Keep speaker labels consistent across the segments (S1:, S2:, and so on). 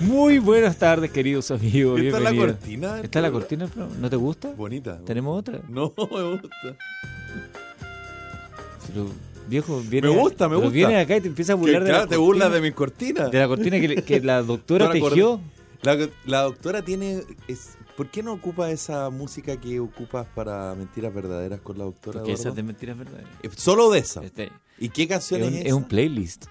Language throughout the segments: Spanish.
S1: Muy buenas tardes, queridos amigos.
S2: ¿Está la
S1: bienvenidos.
S2: cortina?
S1: ¿Está la cortina? Fran? ¿No te gusta?
S2: Bonita.
S1: ¿Tenemos otra?
S2: No, me gusta.
S1: Pero, viejo, viene,
S2: Me gusta, me
S1: pero
S2: gusta.
S1: viene acá y te empieza a
S2: Que,
S1: burlar de
S2: claro,
S1: la
S2: te
S1: cortina,
S2: burlas de mis cortinas.
S1: de la cortina que, le- que la doctora
S2: Doctora
S1: tejió.
S2: La, la doctora tiene... Es, ¿Por qué no ocupa esa música que ocupas para Mentiras Verdaderas con la doctora?
S1: Porque esa es
S2: Eduardo?
S1: de mentiras verdaderas.
S2: Eh, Solo de esa.
S1: Este,
S2: ¿Y qué
S1: es,
S2: canción
S1: un,
S2: es,
S1: es
S2: esa?
S1: un playlist.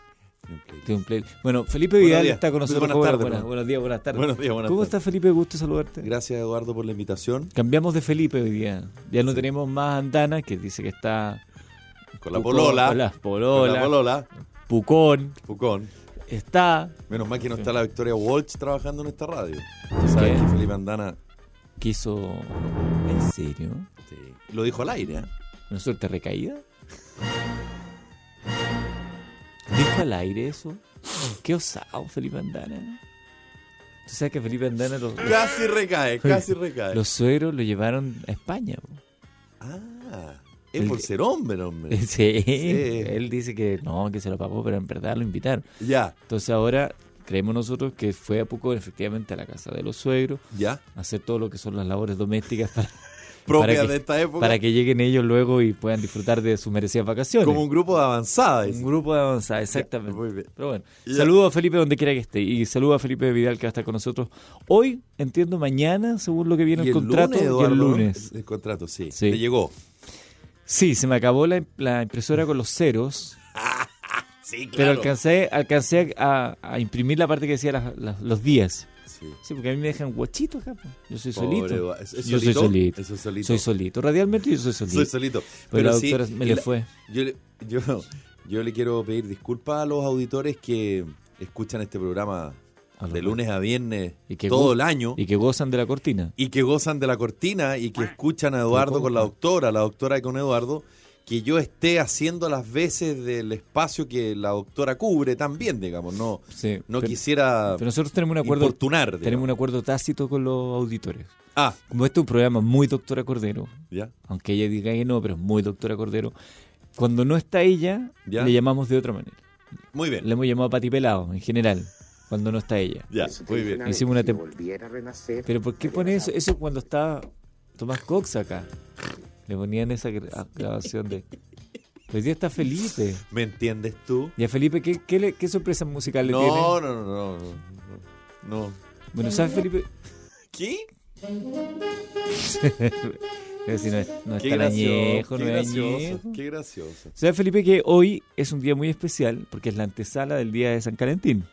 S2: Tiene un playlist.
S1: es un playlist. Bueno, Felipe
S2: Buenos
S1: Vidal
S2: días.
S1: está con nosotros.
S2: Buenas
S1: Buenas-
S2: tardes,
S1: buenas-
S2: perdón.
S1: buenos días, buenas tardes.
S2: Buenos días, buenas
S1: ¿Cómo
S2: tardes.
S1: estás, Felipe? Gusto saludarte.
S2: Gracias, Eduardo, por la invitación.
S1: Cambiamos de Felipe hoy día. Ya no tenemos más Andana, que dice que está...
S2: Con la
S1: Pucón,
S2: polola.
S1: con la
S2: Con
S1: polola.
S2: la polola.
S1: Pucón.
S2: Pucón.
S1: Está...
S2: Menos mal que no está la Victoria Walsh trabajando en esta radio.
S1: ¿Qué?
S2: Tú sabes que Felipe Andana
S1: Quiso... ¿En serio?
S2: sí, lo dijo al aire. ¿eh?
S1: ¿Una suerte de recaída? ¿Dijo al aire eso? Qué osado, Felipe Andana. Tú sabes que Felipe Andana, los,
S2: Casi recae, casi recae.
S1: los suegros lo llevaron a España. po.
S2: Ah, es
S1: El-
S2: por ser hombre, hombre.
S1: Sí. Él dice que no, que se lo papó, pero en verdad lo invitaron.
S2: Ya,
S1: Entonces ahora creemos nosotros que fue a poco efectivamente a la casa de los suegros
S2: ya.
S1: a hacer todo lo que son las labores domésticas para,
S2: Propia
S1: que-
S2: de esta época.
S1: para que lleguen ellos luego y puedan disfrutar de sus merecidas vacaciones.
S2: Como un grupo de avanzada.
S1: Un
S2: dice.
S1: grupo de avanzada, exactamente.
S2: Muy bien.
S1: Pero bueno,
S2: Ya.
S1: saludo a Felipe donde quiera que esté y saludo a Felipe Vidal que va a estar con nosotros hoy, entiendo mañana, según lo que viene el, contrato, y
S2: Eduardo,
S1: el
S2: ¿no?
S1: lunes.
S2: El, el contrato, sí.
S1: Sí.
S2: Te llegó.
S1: Sí, se me acabó la, la impresora con los ceros,
S2: Sí,
S1: pero alcancé, alcancé a, a imprimir la parte que decía las- las- los días.
S2: Sí.
S1: Sí, porque a mí me dejan guachito acá. po. Yo soy
S2: Pobre
S1: solito.
S2: Eduardo. ¿Es- es
S1: Yo soy
S2: solito?
S1: solito.
S2: Eso es solito.
S1: Soy solito. Radialmente yo soy solito.
S2: Soy solito.
S1: Pero la
S2: sí,
S1: doctora me
S2: y
S1: le
S2: la-
S1: fue.
S2: Yo le, yo, yo le quiero pedir disculpas a los auditores que escuchan este programa
S1: A los
S2: de lunes a viernes
S1: Y que
S2: todo
S1: gu-
S2: el año
S1: Y que gozan de la cortina.
S2: y que gozan de la cortina y que escuchan a Eduardo con la doctora, la doctora con Eduardo, que yo esté haciendo las veces del espacio que la doctora cubre también, digamos, no,
S1: Sí,
S2: no
S1: pero-
S2: quisiera
S1: Pero nosotros tenemos un acuerdo.
S2: importunar.
S1: Tenemos un
S2: digamos.
S1: acuerdo tácito con los auditores.
S2: Ah,
S1: Como este es un programa muy doctora Cordero,
S2: ya,
S1: aunque ella diga que no, pero es muy doctora Cordero, cuando no está ella,
S2: Ya.
S1: le llamamos de otra manera.
S2: muy bien,
S1: Le hemos llamado Pati Pelado, en general, cuando no está ella.
S2: ya, muy bien.
S1: Hicimos una tem-
S3: volviera a renacer.
S1: Pero ¿por qué pone eso? Eso es cuando está Tomás Cox acá. Le ponían esa gra- ah, grabación de... Hoy día está Felipe.
S2: ¿Me entiendes tú?
S1: ¿Y a Felipe qué, qué, le- qué sorpresa musical le tiene?
S2: No, no, no, no, no, no.
S1: Bueno, ¿sabes Felipe?
S2: ¿Qué?
S1: Es decir, no es, no es
S2: Qué
S1: tan
S2: gracioso,
S1: añejo,
S2: qué
S1: no es
S2: gracioso,
S1: añejo.
S2: qué gracioso.
S1: ¿Sabes, Felipe, que hoy es un día muy especial porque es la antesala del día de San Valentín?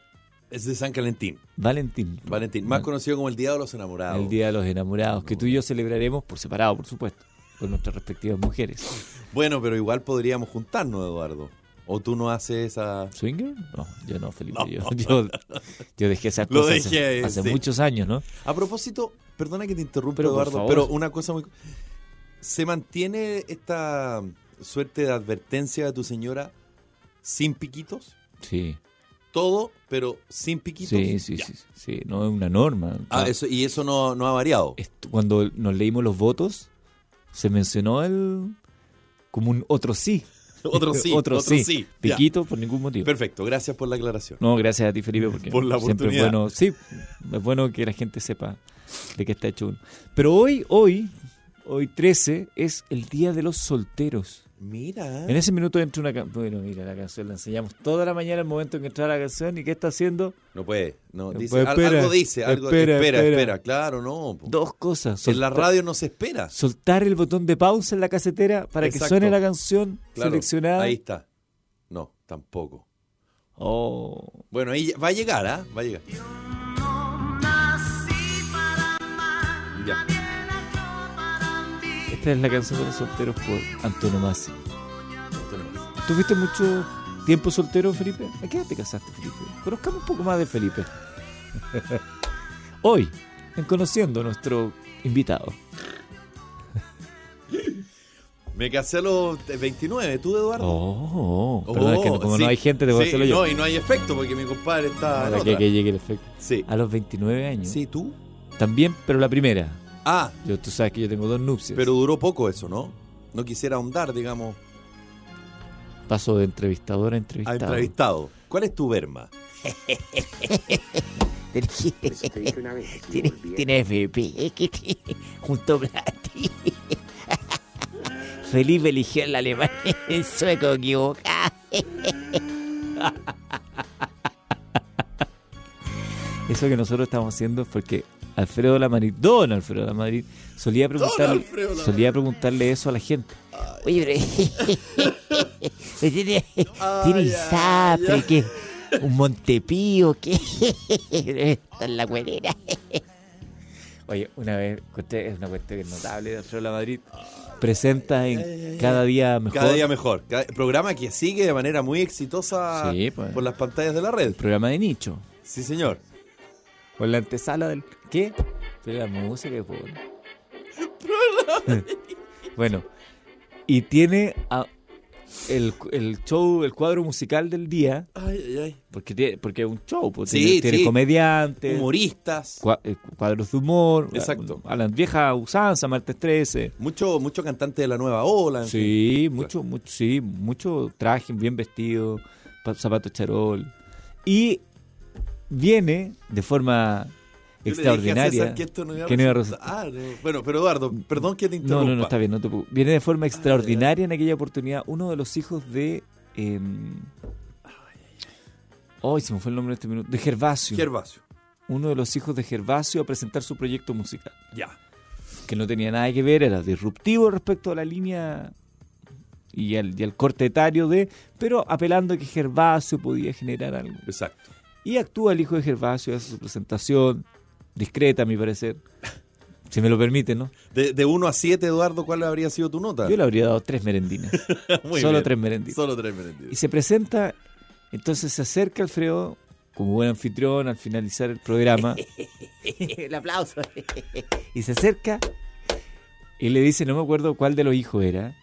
S2: Es de San Valentín,
S1: Valentín.
S2: Valentín, más
S1: Val-
S2: conocido como el Día de los Enamorados.
S1: El día de los enamorados, que tú y yo celebraremos por separado, por supuesto, con nuestras respectivas mujeres.
S2: Bueno, pero igual podríamos juntarnos, Eduardo. O tú no haces esa...
S1: ¿Swinger? No, yo no, Felipe. Yo, yo, yo dejé esas
S2: Lo
S1: cosas hace-
S2: dejé,
S1: hace,
S2: sí.
S1: muchos años, ¿no?
S2: A propósito, perdona que te interrumpa,
S1: Pero, por
S2: Eduardo,
S1: favor.
S2: pero una cosa muy... ¿Se mantiene esta suerte de advertencia de tu señora sin piquitos?
S1: Sí,
S2: Todo, pero sin piquitos.
S1: sí, sí,
S2: Ya.
S1: sí, sí, No es una norma.
S2: Ah, eso, y eso no, no ha variado.
S1: Est- Cuando nos leímos los votos, se mencionó el como un otro sí.
S2: Otro sí, otro, sí. Ya.
S1: Piquito por ningún motivo.
S2: Perfecto, gracias por la aclaración.
S1: No, gracias a ti, Felipe, porque
S2: Por la
S1: siempre es
S2: oportunidad.
S1: bueno. Sí, es bueno que la gente sepa de qué está hecho uno. Pero hoy, hoy, hoy 13, es el Día de los Solteros.
S2: Mira.
S1: En ese minuto entra una canción. Bueno, mira, la canción la enseñamos toda la mañana al momento en que entra la canción. ¿Y qué está haciendo?
S2: No puede. No,
S1: No
S2: dice,
S1: puede,
S2: al-
S1: Pues espera,
S2: algo dice. Algo, espera,
S1: espera,
S2: espera,
S1: espera.
S2: Claro, no. po.
S1: Dos cosas.
S2: en la
S1: Solta-
S2: radio no se espera.
S1: Soltar el botón de pausa en la casetera para que
S2: Exacto.
S1: suene la canción
S2: Claro,
S1: seleccionada.
S2: Ahí está. No, tampoco.
S1: Oh.
S2: Bueno, ahí ya- va a llegar, ¿ah? Va a llegar. Ya.
S1: Esta es la canción de los solteros por antonomasia.
S2: esto no
S1: ¿Tú fuiste mucho tiempo soltero, Felipe? ¿A qué edad te casaste, Felipe? Conozcamos un poco más de Felipe. Hoy, en Conociendo a nuestro invitado.
S2: es. Me casé a los 29. ¿Tú, Eduardo?
S1: Oh,
S2: Oh,
S1: perdón, es que no- como
S2: sí,
S1: no hay gente, te voy
S2: sí,
S1: a hacerlo yo.
S2: No, y no hay efecto porque mi compadre está. en
S1: Para que,
S2: otra.
S1: que Ah. llegue el efecto.
S2: Sí.
S1: A los 29 años.
S2: Sí, tú.
S1: También, pero la primera.
S2: Ah,
S1: Yo, tú sabes que yo tengo dos nupcias.
S2: pero duró poco eso, ¿no? No quisiera ahondar, digamos,
S1: Paso de entrevistador a
S2: a
S1: entrevistado.
S2: entrevistado. ¿Cuál es tu verma?
S3: Tiene, tiene bebé que te- junto gratis. Felipe eligió el alemán en sueco equivocado.
S1: Eso que nosotros estamos haciendo es porque Alfredo Lamadrid, don Alfredo Lamadrid, solía preguntarle,
S2: Alfredo Lamadrid.
S1: solía preguntarle eso a la gente.
S3: Oye, pero. pero tiene tiene
S2: Ay,
S3: Isapre,
S2: ay,
S3: que. Un Montepío, que. Está en la cuerera.
S1: Oye, una vez, conté- es una cuestión que es notable de Alfredo Lamadrid, presenta en Cada Día Mejor,
S2: Cada día mejor. Cada- programa que sigue de manera muy exitosa
S1: Sí, pues.
S2: por las pantallas de la red.
S1: programa de nicho,
S2: Sí, señor.
S1: o en la antesala del... ¿Qué? Pero la música pues. que pone. bueno, y tiene a- el, el show, el cuadro musical del día,
S2: Ay, ay, ay.
S1: porque tiene, porque es un show, pues,
S2: Sí,
S1: tiene, tiene
S2: sí.
S1: comediantes,
S2: Humoristas.
S1: cua- eh, cuadros de humor,
S2: Exacto.
S1: a, a la vieja usanza, martes 13.
S2: Mucho, mucho cantante de la nueva ola. en fin.
S1: Sí, mucho, mucho, sí, mucho traje, bien vestido, pa- zapato charol. Y viene de forma
S2: Yo le dije a
S1: extraordinaria.
S2: César que esto no iba a
S1: que no iba a
S2: resultar. Ah, no. Bueno, pero Eduardo, perdón que te
S1: No,
S2: interrumpa.
S1: no, no está bien, no te preocupes. Viene de
S2: Ah,
S1: forma extraordinaria en aquella oportunidad uno de los hijos de. eh, Ay, se me fue el nombre de este minuto. De Gervasio.
S2: Gervasio.
S1: uno de los hijos de Gervasio a presentar su proyecto musical,
S2: Ya.
S1: que no tenía nada que ver, era disruptivo respecto a la línea y al, y al corte etario de, pero apelando a que Gervasio podía generar algo.
S2: Exacto.
S1: Y actúa el hijo de Gervasio, hace su presentación, discreta a mi parecer, si me lo permite, ¿no?
S2: De, de 1 a 7, Eduardo, ¿cuál habría sido tu nota?
S1: Yo le habría dado tres merendinas,
S2: Ah. Muy
S1: solo
S2: bien.
S1: tres merendinas.
S2: Solo tres
S1: Y
S2: merendinas.
S1: se presenta, entonces se acerca Alfredo, como buen anfitrión, al finalizar el programa.
S3: El aplauso.
S1: y se acerca y le dice, no me acuerdo cuál de los hijos era,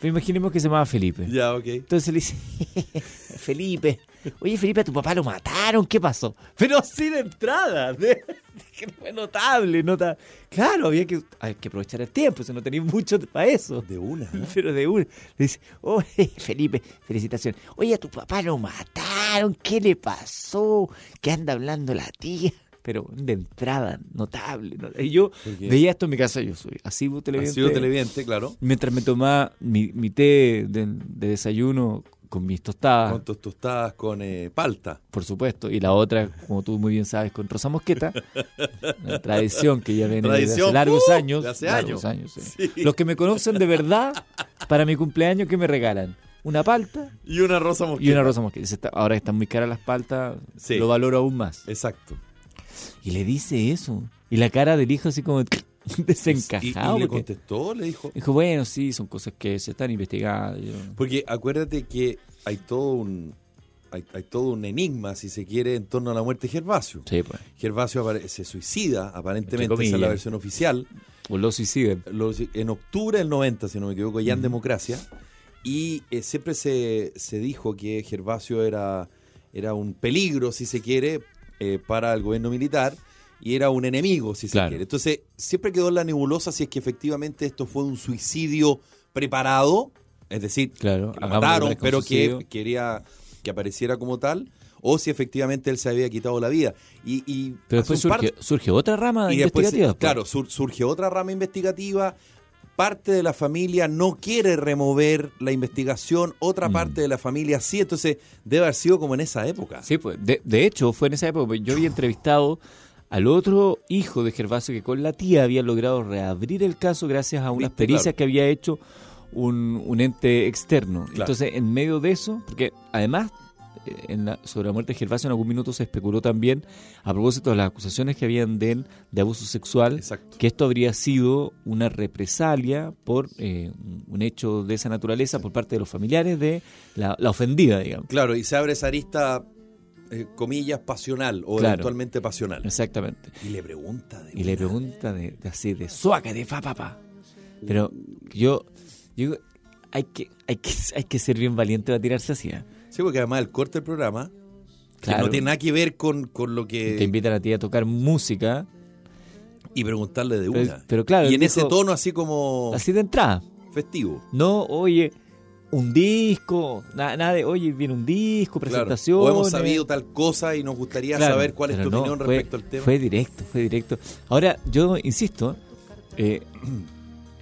S1: pero imaginemos que se llamaba Felipe.
S2: Ya, ok.
S1: Entonces le dice,
S3: Felipe. Oye, Felipe, a tu papá lo mataron. ¿Qué pasó?
S1: pero sin entrada, de- que fue notable, nota. Claro, había que, hay que aprovechar el tiempo, si no tenía mucho para eso.
S2: De una. ¿eh?
S1: Pero de una, le dice,
S3: Oye, Felipe, felicitaciones. Oye, a tu papá lo mataron. ¿Qué le pasó? ¿Qué anda hablando la tía?
S1: pero de entrada, notable. no- Y yo
S2: qué?
S1: veía esto en mi casa, yo soy así
S2: Ha
S1: televidente.
S2: sido televidente, claro.
S1: Mientras me tomaba mi, mi té de, de desayuno con mis tostadas.
S2: Con tus tostadas con eh, palta.
S1: por supuesto, y la otra, como tú muy bien sabes, con Rosa Mosqueta, una tradición que ya viene desde
S2: Tradición,
S1: hace largos
S2: ¡uh!
S1: años.
S2: De hace
S1: largos
S2: años.
S1: sí.
S2: Sí.
S1: Los que me conocen de verdad, para mi cumpleaños, ¿qué me regalan? Una palta
S2: Y una rosa mosqueta.
S1: y una Rosa Mosqueta. Se está- Ahora que están muy caras las paltas,
S2: Sí.
S1: lo valoro aún más.
S2: Exacto.
S1: Y le dice eso, y la cara del hijo así como desencajado.
S2: Y, y le
S1: porque
S2: contestó, le dijo.
S1: dijo, bueno, sí, son cosas que se están investigando. y yo-
S2: Porque acuérdate que hay todo un hay, hay todo un enigma, si se quiere, en torno a la muerte de Gervasio.
S1: Sí, pues,
S2: Gervasio apare- se suicida, aparentemente,
S1: Entre
S2: esa es la
S1: comillas.
S2: versión oficial.
S1: o lo suicidan.
S2: Lo- en octubre del 90, si no me equivoco, ya en democracia. Y eh, siempre se, se dijo que Gervasio era, era un peligro, si se quiere, eh, para el gobierno militar y era un enemigo, si se
S1: Claro.
S2: quiere. Entonces, siempre quedó en la nebulosa si es que efectivamente esto fue un suicidio preparado, es decir,
S1: Claro,
S2: que lo
S1: hagámoslo
S2: mataron,
S1: ver con
S2: pero
S1: suicidio.
S2: que quería que apareciera como tal, o si efectivamente él se había quitado la vida. Y, y
S1: Pero
S2: hace
S1: después
S2: un par-
S1: surge, surge otra rama
S2: y después,
S1: investigativa. pues.
S2: claro, sur- surge otra rama investigativa. Parte de la familia no quiere remover la investigación, otra
S1: Mm.
S2: parte de la familia sí, entonces debe haber sido como en esa época.
S1: Sí, pues. De, de hecho, fue en esa época. porque Yo había entrevistado al otro hijo de Gervasio que con la tía había logrado reabrir el caso gracias a unas
S2: Viste,
S1: pericias
S2: claro.
S1: que había hecho un, un ente externo.
S2: Claro.
S1: Entonces, en medio de eso, porque además eh, en la- sobre la muerte de Gervasio en algún minuto se especuló también a propósito de las acusaciones que habían de él de abuso sexual,
S2: Exacto.
S1: que esto habría sido una represalia por eh, un- un hecho de esa naturaleza por parte de los familiares de la, la ofendida, digamos.
S2: Claro, y se abre esa arista, eh, comillas, pasional o
S1: Claro.
S2: eventualmente pasional.
S1: Exactamente.
S2: Y le pregunta. de
S1: Y le
S2: una,
S1: pregunta de, de así, de suaca, de fa, pa, pa. Pero yo, yo digo, hay que, hay, que, hay que ser bien valiente para tirarse así. ¿eh?
S2: Sí, porque además el corte del programa que
S1: Claro.
S2: no tiene nada que ver con, con lo que.
S1: Te invitan a ti a tocar música,
S2: Y preguntarle de
S1: Pero-
S2: una.
S1: pero claro, él
S2: Y en ese
S1: dijo-
S2: tono así como
S1: así de entrada.
S2: festivo.
S1: No, oye, un disco, na- nada de, oye, viene un disco,
S2: Claro.
S1: presentación.
S2: O hemos sabido tal cosa y nos gustaría
S1: Claro,
S2: saber cuál es
S1: pero
S2: tu
S1: no,
S2: opinión
S1: fue-
S2: respecto al tema.
S1: Fue directo, fue directo. Ahora, yo insisto, eh,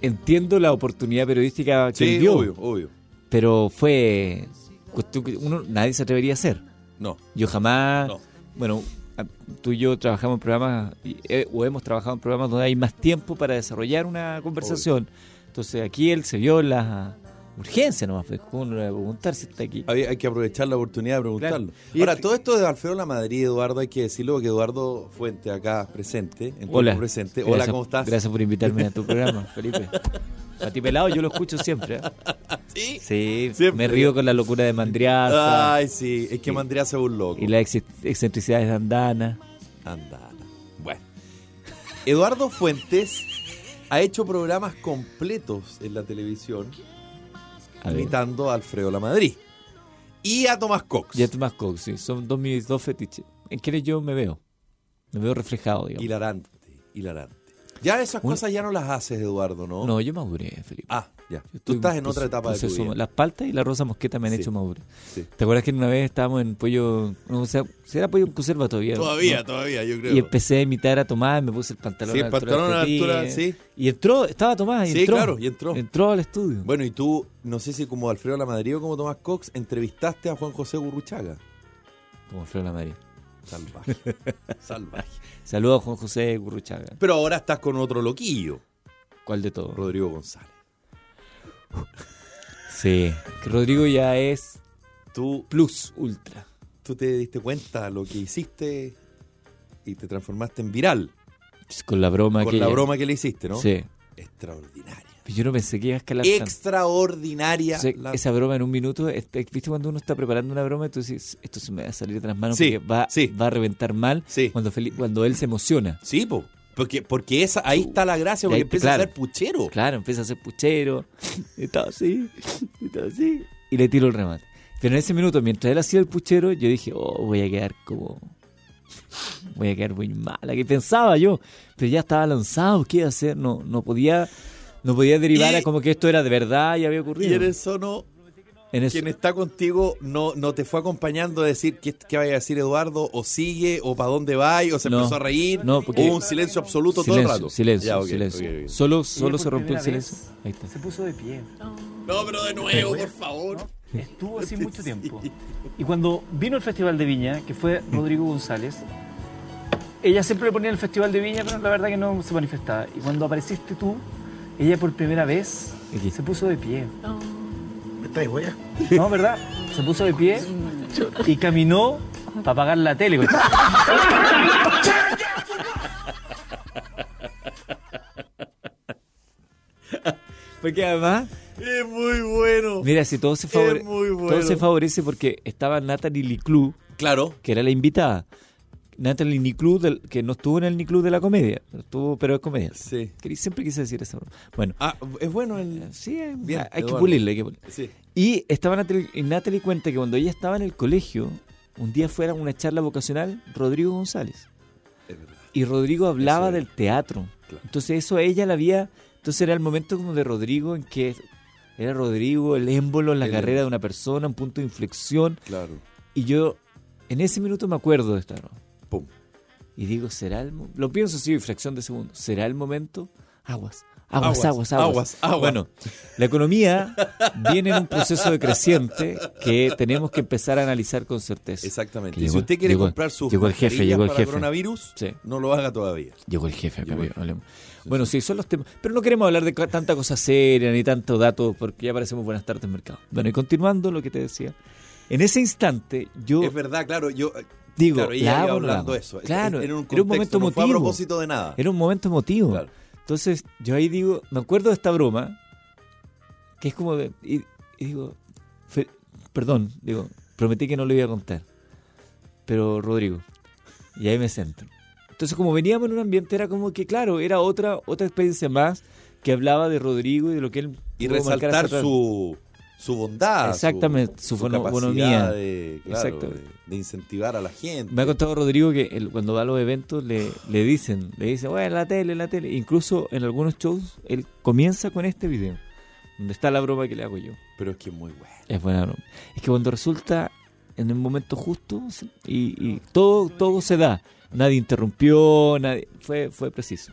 S1: entiendo la oportunidad periodística que él
S2: sí,
S1: dio,
S2: obvio, obvio.
S1: pero fue cuestión que uno, nadie se atrevería a hacer.
S2: No,
S1: Yo jamás.
S2: No.
S1: Bueno, a- tú y yo trabajamos en programas, y- eh, o hemos trabajado en programas donde hay más tiempo para desarrollar una conversación. Entonces aquí él se vio la urgencia nomás, pues, ¿cómo no le voy a preguntar si está aquí?
S2: hay, hay que aprovechar la oportunidad de preguntarlo.
S1: Claro. Y
S2: Ahora,
S1: es-
S2: todo esto de Alfredo La Madrid, Eduardo, hay que decirlo porque Eduardo Fuente, acá presente, en cuerpo
S1: Hola.
S2: presente. Hola,
S1: Gracias-
S2: ¿cómo estás?
S1: Gracias por invitarme a tu programa, Felipe. A ti pelado yo lo escucho siempre. ¿eh?
S2: Sí.
S1: Sí,
S2: Siempre.
S1: me río con la locura de Mandriaza
S2: Ay, sí, es que Mandrea se burló.
S1: y las ex- excentricidades de Andana.
S2: Anda. Bueno. Eduardo Fuentes ha hecho programas completos en la televisión
S1: A ver.
S2: imitando a Alfredo La Madrid y a Tomás Cox.
S1: Y a Tomás Cox, sí, son dos mis dos fetiches. ¿En quiénes yo me veo? Me veo reflejado, digamos.
S2: Hilarante, hilarante. Ya esas
S1: Un-
S2: cosas ya no las haces, Eduardo, ¿no?
S1: No, yo maduré, Felipe.
S2: Ah, ya.
S1: Yo
S2: Tú
S1: estoy
S2: estás en
S1: pos-
S2: otra etapa de tu
S1: proceso-
S2: vida.
S1: Las paltas y la rosa mosqueta me han
S2: Sí.
S1: hecho madurar.
S2: Sí.
S1: ¿Te acuerdas que una vez estábamos en pollo. No, o sea, ¿Será pollo en conserva todavía? ¿no?
S2: Todavía, todavía, yo creo.
S1: Y empecé a imitar a Tomás, me puse el pantalón
S2: Sí,
S1: a
S2: el
S1: la altura
S2: pantalón a la
S1: de este
S2: altura,
S1: pie.
S2: sí.
S1: Y entró, estaba Tomás, y
S2: Sí,
S1: entró.
S2: claro, y entró.
S1: Entró al estudio.
S2: Bueno, y tú, no sé si como Alfredo La Madrid o como Tomás Cox, entrevistaste a Juan José Gurruchaga.
S1: Como Alfredo la María.
S2: Salvaje. Salvaje.
S1: Saludos a Juan José Gurruchaga.
S2: Pero ahora estás con otro loquillo,
S1: ¿Cuál de todos?
S2: Rodrigo González.
S1: Sí. Que Rodrigo ya es
S2: Tú
S1: plus ultra.
S2: tú te diste cuenta lo que hiciste y te transformaste en viral
S1: Con la broma
S2: con
S1: que.
S2: la broma que le hiciste, ¿no?
S1: Sí.
S2: Extraordinaria.
S1: Yo no pensé que ibas a escalar tanto.
S2: Extraordinaria.
S1: O sea,
S2: la-
S1: Esa broma en un minuto, este, ¿viste cuando uno está preparando una broma y tú dices, esto se me va a salir de las manos
S2: Sí,
S1: porque va,
S2: sí.
S1: va a reventar mal?
S2: Sí.
S1: Cuando, Feli- cuando él se emociona.
S2: Sí, po. porque, porque esa, ahí está la
S1: Y
S2: gracia, porque
S1: ahí-
S2: empieza
S1: claro.
S2: a ser puchero.
S1: Claro, empieza a ser puchero, y todo así, y todo así, y le tiro el remate. Pero en ese minuto, mientras él hacía el puchero, yo dije, oh, voy a quedar como... Voy a quedar muy mala, que pensaba yo. Pero ya estaba lanzado, ¿qué iba a hacer? No, no podía... No podía derivar
S2: Y-
S1: a como que esto era de verdad y había ocurrido.
S2: Y en eso no,
S1: En eso-
S2: quien está contigo no, no te fue acompañando a decir qué, qué vaya a decir Eduardo, o sigue, o para dónde va, o se
S1: No,
S2: empezó a reír,
S1: no, porque-
S2: hubo un silencio absoluto todo el
S1: Silencio,
S2: rato.
S1: silencio,
S2: Ya, ok,
S1: silencio.
S2: ok, ok.
S1: Solo, solo
S4: por
S1: se rompió el
S4: primera vez
S1: silencio. Ahí está.
S4: Se puso de pie.
S2: No, pero de nuevo, por favor.
S4: Estuvo así mucho tiempo. Y cuando vino el Festival de Viña, que fue Rodrigo González, ella siempre le ponía el Festival de Viña, pero la verdad que no se manifestaba. Y cuando apareciste tú, ella por primera vez
S1: Aquí.
S4: se puso de pie. ¿Me estáis No, ¿verdad? Se puso de pie y caminó para apagar la tele.
S1: Porque además,
S2: Es muy bueno.
S1: mira, si todo se, favore-
S2: Es muy bueno.
S1: todo se favorece porque estaba Natalie Liclú,
S2: Claro,
S1: que era la invitada. Natalie Liclú, del- que no estuvo en el Niclú de la comedia, pero, estuvo, pero es comedia.
S2: sí.
S1: Querí- Siempre quise decir eso. Bueno,
S2: Ah, es bueno el.
S1: sí, hay-
S2: Bien,
S1: hay que
S2: Eduardo.
S1: pulirlo, hay que pulirlo.
S2: Sí.
S1: Y estaba Natalie, y Natalie cuenta que cuando ella estaba en el colegio, un día fuera una charla vocacional, Rodrigo González.
S2: Es verdad.
S1: Y Rodrigo hablaba
S2: Eso era.
S1: del teatro.
S2: Claro.
S1: Entonces eso a ella la había... Entonces era el momento como de Rodrigo en que era Rodrigo el émbolo en la
S2: El
S1: carrera de una persona, un punto de inflexión.
S2: Claro.
S1: Y yo En ese minuto me acuerdo de esta broma.
S2: Pum.
S1: Y digo, ¿será el momento? Lo pienso así, fracción de segundo. ¿Será el momento? Aguas,
S2: Aguas,
S1: aguas, aguas, aguas.
S2: aguas, aguas.
S1: Bueno, la economía viene en un proceso decreciente que tenemos que empezar a analizar con certeza.
S2: Exactamente.
S1: Que
S2: si
S1: llegó-
S2: usted quiere
S1: llegó-
S2: comprar sus
S1: llegó el jefe,
S2: mascarillas
S1: llegó el
S2: para
S1: jefe.
S2: coronavirus,
S1: Sí.
S2: no lo haga todavía.
S1: Llegó el jefe,
S2: Llegó el
S1: papi, hablemos. Bueno, sí, son los temas. Pero no queremos hablar de ca- tanta cosa seria ni tanto datos porque ya parecemos buenas tardes, mercado. Bueno, y continuando lo que te decía. En ese instante, yo
S2: Es verdad, claro, yo eh,
S1: digo,
S2: claro, ella
S1: ¿la
S2: iba
S1: hago o no la
S2: hablando
S1: hago?
S2: eso.
S1: Claro,
S2: era un, contexto,
S1: era un momento
S2: no fue a
S1: emotivo.
S2: propósito de nada.
S1: Era un momento emotivo.
S2: Claro.
S1: Entonces, yo ahí digo, me acuerdo de esta broma, que es como de. Y, y digo, Fe- perdón, digo, prometí que no lo iba a contar. Pero Rodrigo, y ahí me centro. Entonces, como veníamos en un ambiente, era como que, claro, era otra, otra experiencia más que hablaba de Rodrigo y de lo que él.
S2: Y
S1: pudo marcar
S2: resaltar
S1: hacia atrás.
S2: su, su bondad.
S1: Exactamente, su bono-
S2: capacidad
S1: bonomía.
S2: De, claro,
S1: Exactamente.
S2: de- de incentivar a la gente.
S1: Me ha contado Rodrigo que él, cuando va a los eventos le, le dicen, le dicen, bueno, en la tele, en la tele. Incluso en algunos shows él comienza con este video, donde está la broma que le hago yo.
S2: Pero es que es muy bueno.
S1: Es buena broma. Es que cuando resulta en el momento justo se- y, y todo, todo se da. Nadie interrumpió, nadie, fue, fue preciso.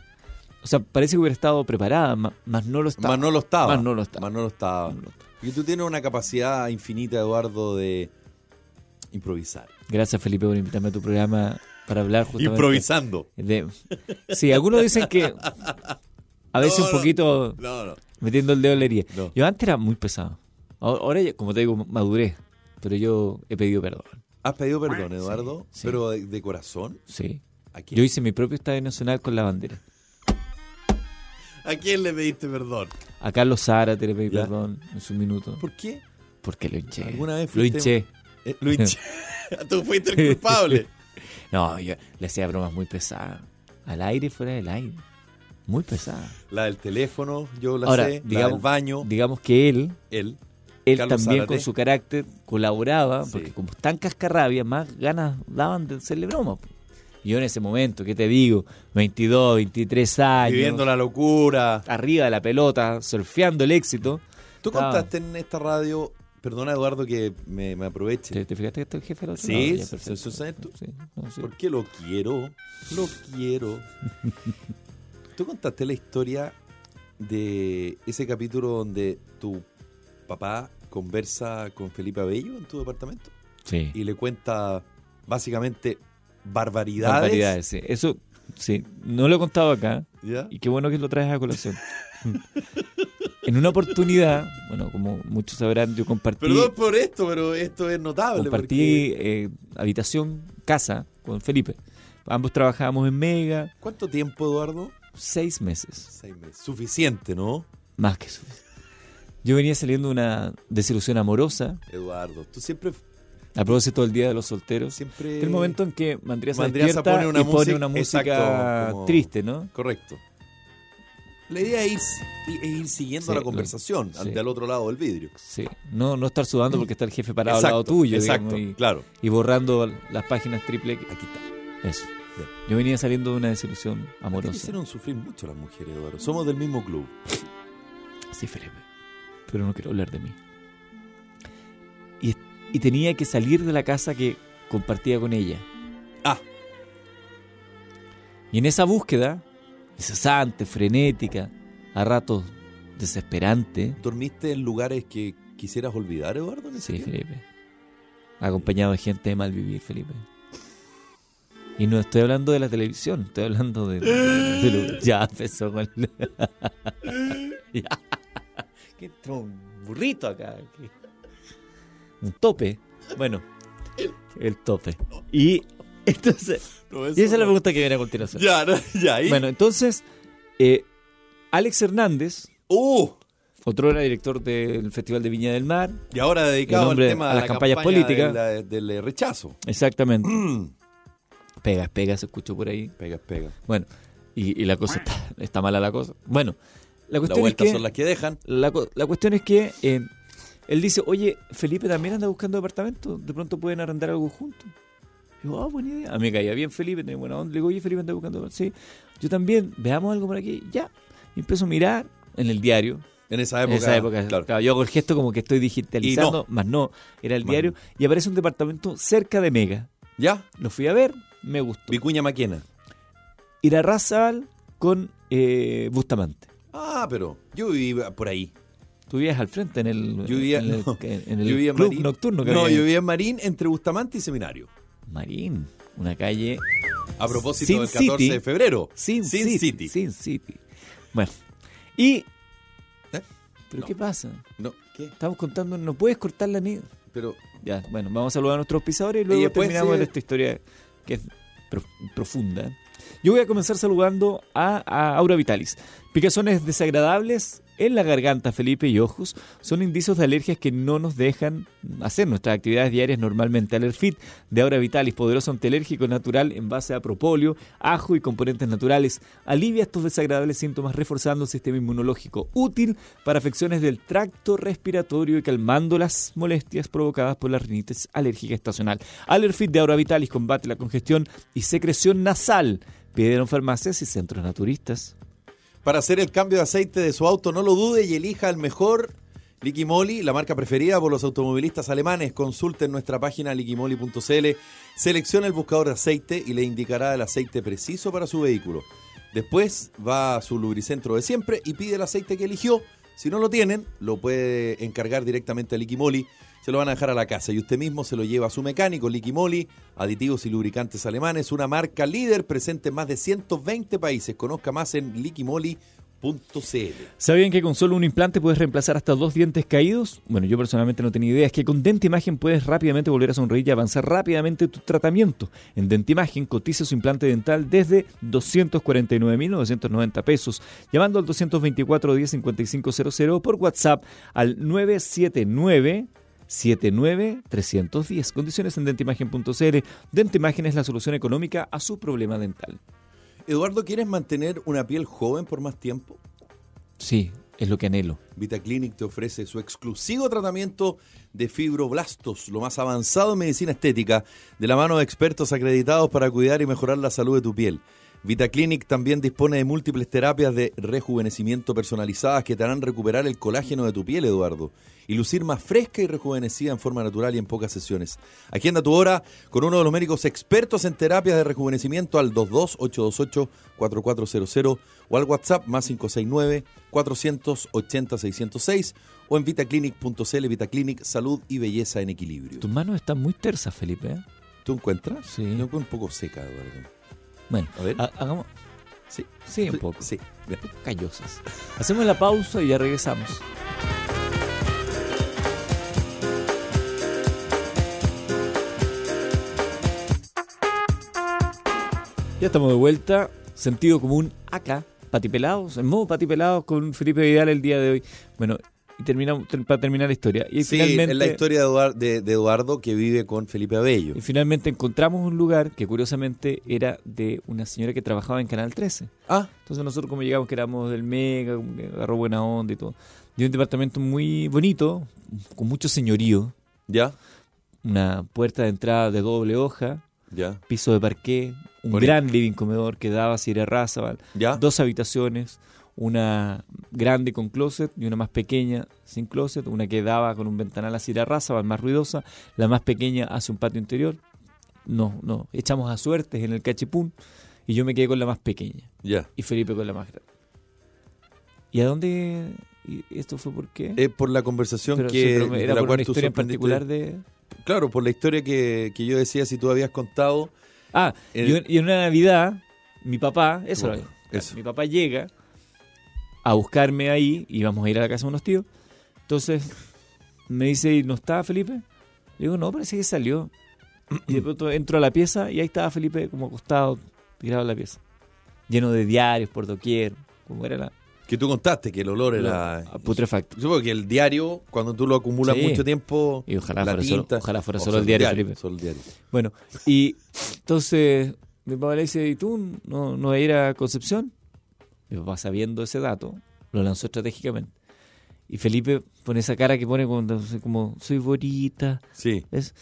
S1: O sea, parece que hubiera estado preparada, ma- más no lo estaba.
S2: Manolo estaba.
S1: Manolo estaba.
S2: Manolo estaba.
S1: Manolo estaba.
S2: Y tú tienes una capacidad infinita, Eduardo, de improvisar.
S1: Gracias Felipe por invitarme a tu programa para hablar justamente.
S2: Improvisando.
S1: de- Sí, algunos dicen que a veces
S2: No,
S1: un
S2: no.
S1: poquito...
S2: No, no.
S1: metiendo el dedo en la herida.
S2: No.
S1: Yo antes era muy pesado. Ahora, ahora ya, como te digo, maduré. Pero yo he pedido perdón.
S2: Has pedido perdón, Eduardo,
S1: sí.
S2: pero de, de corazón.
S1: Sí.
S2: ¿A quién?
S1: Yo hice mi propio estadio nacional con la bandera.
S2: ¿A quién le pediste perdón?
S1: A Carlos Zárate le pedí
S2: Ya.
S1: perdón en su minuto.
S2: ¿Por qué?
S1: Porque lo hinché.
S2: ¿Alguna vez
S1: lo
S2: fuiste-
S1: hinché.
S2: Eh, lo hinché. tú fuiste el culpable.
S1: No, yo le hacía bromas muy pesadas. Al aire y fuera del aire. Muy pesadas.
S2: La del teléfono, yo la
S1: Ahora,
S2: sé. la del
S1: digamos-
S2: baño,
S1: Digamos que él,
S2: él.
S1: él
S2: Carlos
S1: también
S2: Zárate.
S1: con su carácter colaboraba,
S2: Sí.
S1: porque como tan cascarrabia, más ganas daban de hacerle bromas. po. Y Yo en ese momento, ¿qué te digo? 22, 23 años.
S2: Viviendo la locura.
S1: arriba de la pelota, surfeando el éxito.
S2: Tú
S1: Estaba-
S2: contaste en esta radio, perdona Eduardo que me, me aproveche.
S1: ¿Te, te fijaste que está el jefe del otro
S2: Sí,
S1: lado? Ya,
S2: se-
S1: perfecto.
S2: se usa esto.
S1: Sí, no, sí.
S2: Porque lo quiero, lo quiero. Tú contaste la historia de ese capítulo donde tu papá conversa con Felipe Abello en tu departamento
S1: Sí.
S2: y le cuenta básicamente barbaridades.
S1: Barbaridades, sí. Eso, sí, no lo he contado acá.
S2: ¿ya?
S1: Y qué bueno que lo traes a colación. en una oportunidad, bueno, como muchos sabrán, yo compartí,
S2: Perdón por esto, pero esto es notable.
S1: compartí
S2: porque-
S1: eh, habitación, casa con Felipe. Ambos trabajábamos en Mega
S2: ¿Cuánto tiempo, Eduardo?
S1: seis meses.
S2: Seis meses. Suficiente, ¿no?
S1: Más que suficiente. Yo venía saliendo de una desilusión amorosa
S2: Eduardo, tú siempre...
S1: a propósito del Día de los Solteros.
S2: siempre...
S1: El momento en que Mandriasa
S2: Mandriasa
S1: despierta
S2: pone una
S1: y pone
S2: música-
S1: una música
S2: exacto, como-
S1: triste, ¿no?
S2: Correcto. La idea es ir, es ir siguiendo
S1: Sí,
S2: la
S1: lo-
S2: conversación
S1: sí.
S2: ante al otro lado del vidrio.
S1: Sí. No, no estar sudando porque está el jefe parado al lado tuyo,
S2: exacto,
S1: digamos,
S2: claro.
S1: y, y borrando las páginas triple. que-
S2: Aquí está.
S1: Eso. Yo venía saliendo de una desilusión
S2: Te
S1: amorosa.
S2: hicieron sufrir mucho las mujeres, Eduardo. Somos del mismo club.
S1: Sí, Felipe. Pero no quiero hablar de mí. Y, y tenía que salir de la casa que compartía con ella.
S2: Ah.
S1: Y en esa búsqueda, incesante, frenética, a ratos desesperante,
S2: ¿Dormiste en lugares que quisieras olvidar, Eduardo? en ese
S1: Sí,
S2: tiempo?
S1: Felipe. Acompañado de gente de mal vivir, Felipe. Y no estoy hablando de la televisión, estoy hablando de. de lo- ya empezó con. el- Ya. Que entró un burrito acá. que- Un tope. Bueno, el tope. Y entonces.
S2: No, eso
S1: Y esa es la
S2: no.
S1: pregunta que viene a continuación.
S2: Ya, no, ya. ahí-
S1: Bueno, entonces. eh, Alex Hernández,
S2: ¡Uh!
S1: otro era director del Festival de Viña del Mar,
S2: Y ahora dedicado
S1: El
S2: al
S1: hombre-
S2: tema
S1: a
S2: de
S1: las
S2: la
S1: campañas
S2: campaña
S1: políticas.
S2: de la- Del, eh, rechazo.
S1: Exactamente. Pegas, pegas, escucho por ahí.
S2: Pega, pega.
S1: Bueno, y, y la cosa está, está mala la cosa. Bueno, la
S2: La
S1: cuestión es
S2: vuelta
S1: que
S2: son las que dejan.
S1: la, cu- la cuestión es que eh, él dice, oye, Felipe también anda buscando departamento, de pronto pueden arrendar algo juntos. Digo, ah, buena idea. A mí me caía bien Felipe, tenía buena onda. Le digo, oye, Felipe anda buscando departamento. Sí, yo también, veamos algo por aquí. Ya, y empiezo a mirar en el diario.
S2: En esa
S1: En
S2: época.
S1: esa época,
S2: claro.
S1: claro, yo hago el gesto como que estoy digitalizando, más no, era el
S2: Más
S1: diario, y aparece un departamento cerca de Mega.
S2: ¿Ya?
S1: Lo fui a ver, me gustó.
S2: Vicuña Maquena.
S1: Irarrázaval con eh, Bustamante.
S2: Ah, pero yo vivía por ahí.
S1: Tú vivías al frente en el,
S2: Yo vivía-
S1: en el,
S2: no.
S1: en el
S2: Yo vivía en
S1: club
S2: Marín.
S1: nocturno que
S2: No,
S1: había.
S2: yo vivía en Marín entre Bustamante y Seminario.
S1: Marín, una calle
S2: A propósito
S1: Sin
S2: del 14
S1: City.
S2: de febrero.
S1: Sin,
S2: Sin
S1: City,
S2: City.
S1: Sin City. Bueno, y...
S2: ¿Eh?
S1: ¿Pero
S2: No.
S1: qué pasa?
S2: No, ¿qué?
S1: Estamos contando, no puedes cortar la ni...
S2: Pero
S1: Ya, bueno, vamos a saludar a nuestros pisadores y luego
S2: Y después eh,
S1: terminamos
S2: sigue-
S1: esta historia que es pro- profunda. Yo voy a comenzar saludando a, a Aura Vitalis. Picazones desagradables en la garganta, Felipe, y ojos son indicios de alergias que no nos dejan hacer nuestras actividades diarias normalmente. Alerfit de Aura Vitalis, poderoso antialérgico natural en base a propóleo, ajo y componentes naturales. Alivia estos desagradables síntomas reforzando el sistema inmunológico. Útil para afecciones del tracto respiratorio y calmando las molestias provocadas por la rinitis alérgica estacional. Alerfit de Aura Vitalis combate la congestión y secreción nasal. Pidieron farmacias y centros naturistas.
S2: para hacer el cambio de aceite de su auto, no lo dude y elija el mejor Liquimoli, la marca preferida por los automovilistas alemanes. Consulten nuestra página liquimoli.cl, selecciona el buscador de aceite y le indicará el aceite preciso para su vehículo. Después va a su lubricentro de siempre y pide el aceite que eligió. Si no lo tienen, lo puede encargar directamente a Liquimoli. Se lo van a dejar a la casa y usted mismo se lo lleva a su mecánico, Liquimoli, aditivos y lubricantes alemanes, una marca líder presente en más de 120 países. Conozca más en liquimoli.cl.
S1: ¿Sabían que con solo un implante puedes reemplazar hasta dos dientes caídos? Bueno, yo personalmente no tenía idea. Es que con Dentimagen puedes rápidamente volver a sonreír y avanzar rápidamente tu tratamiento. En Dentimagen cotiza su implante dental desde 249.990 pesos, llamando al 224-105500 por WhatsApp al 979 79310. Condiciones en dentimagen.cl. Dentimagen es la solución económica a su problema dental.
S2: Eduardo, ¿quieres mantener una piel joven por más tiempo?
S1: Sí, es lo que anhelo.
S2: VitaClinic te ofrece su exclusivo tratamiento de fibroblastos, lo más avanzado en medicina estética, de la mano de expertos acreditados para cuidar y mejorar la salud de tu piel. VitaClinic también dispone de múltiples terapias de rejuvenecimiento personalizadas que te harán recuperar el colágeno de tu piel, Eduardo, y lucir más fresca y rejuvenecida en forma natural y en pocas sesiones. Agenda tu hora con uno de los médicos expertos en terapias de rejuvenecimiento al 22828-4400 o al WhatsApp más 569-480-606 o en vitaclinic.cl, Vitaclinic, salud y belleza en equilibrio.
S1: Tus manos están muy tersas, Felipe. ¿eh?
S2: ¿Tú encuentras?
S1: Sí.
S2: Yo encuentro un poco seca, Eduardo.
S1: Bueno,
S2: A ver.
S1: ha- hagamos.
S2: Sí.
S1: Sí, un poco.
S2: Sí. Bien.
S1: Callosas. Hacemos la pausa y ya regresamos. Ya estamos de vuelta. Sentido común acá. Patipelados, en modo patipelados con Felipe Vidal el día de hoy. Bueno, y terminamos ter- para terminar la historia. Y
S2: Sí,
S1: finalmente,
S2: es la historia de Eduar- de- de Eduardo que vive con Felipe Abello.
S1: y finalmente encontramos un lugar que curiosamente era de una señora que trabajaba en Canal 13.
S2: Ah,
S1: Entonces nosotros como llegamos que éramos del Mega, como que agarró buena onda y todo. Y un departamento muy bonito, con mucho señorío,
S2: ya,
S1: una puerta de entrada de doble hoja,
S2: ya,
S1: piso de parqué, un
S2: Bonito. Ah.
S1: gran living comedor que daba Sierra Razaval,
S2: ya.
S1: dos habitaciones, una grande con closet y una más pequeña sin closet, una que daba con un ventanal a Sierra Razaval más ruidosa, la más pequeña hacia un patio interior. No, no, echamos a suertes en el cachipún y yo me quedé con la más pequeña
S2: ya.
S1: y Felipe con la más grande. ¿Y a dónde? y ¿Esto fue por qué?
S2: Eh, por la conversación
S1: Pero
S2: que
S1: sí, pero
S2: de
S1: era
S2: la
S1: por
S2: cual
S1: una
S2: tú
S1: historia en
S2: sorprendiste-
S1: particular de...
S2: Claro, por la historia que, que yo decía, si tú habías contado.
S1: Ah,
S2: El-
S1: y, en- y en una Navidad, mi papá, eso,
S2: Eh, Bueno,
S1: era,
S2: eso.
S1: mi papá llega a buscarme ahí y vamos a ir a la casa de unos tíos. Entonces me dice, "¿Y ¿no está Felipe? Le digo, no, parece que salió. Y de pronto entro a la pieza y ahí estaba Felipe como acostado, tirado en la pieza, lleno de diarios por doquier, como era la...
S2: Que tú contaste que el olor era.
S1: la- putrefacto.
S2: Supongo que el diario, cuando tú lo acumulas
S1: ah, Sí.
S2: mucho tiempo.
S1: Y ojalá
S2: la
S1: fuera solo-
S2: tinta-
S1: ojalá fuera
S2: o
S1: solo el diario, Felipe.
S2: solo el diario.
S1: Bueno, y entonces mi papá le dice, ¿y tú no, no vas a ir a Concepción? Mi papá, sabiendo ese dato, lo lanzó estratégicamente. Y Felipe pone esa cara que pone cuando, como, soy bonita.
S2: Sí.
S1: ¿ves?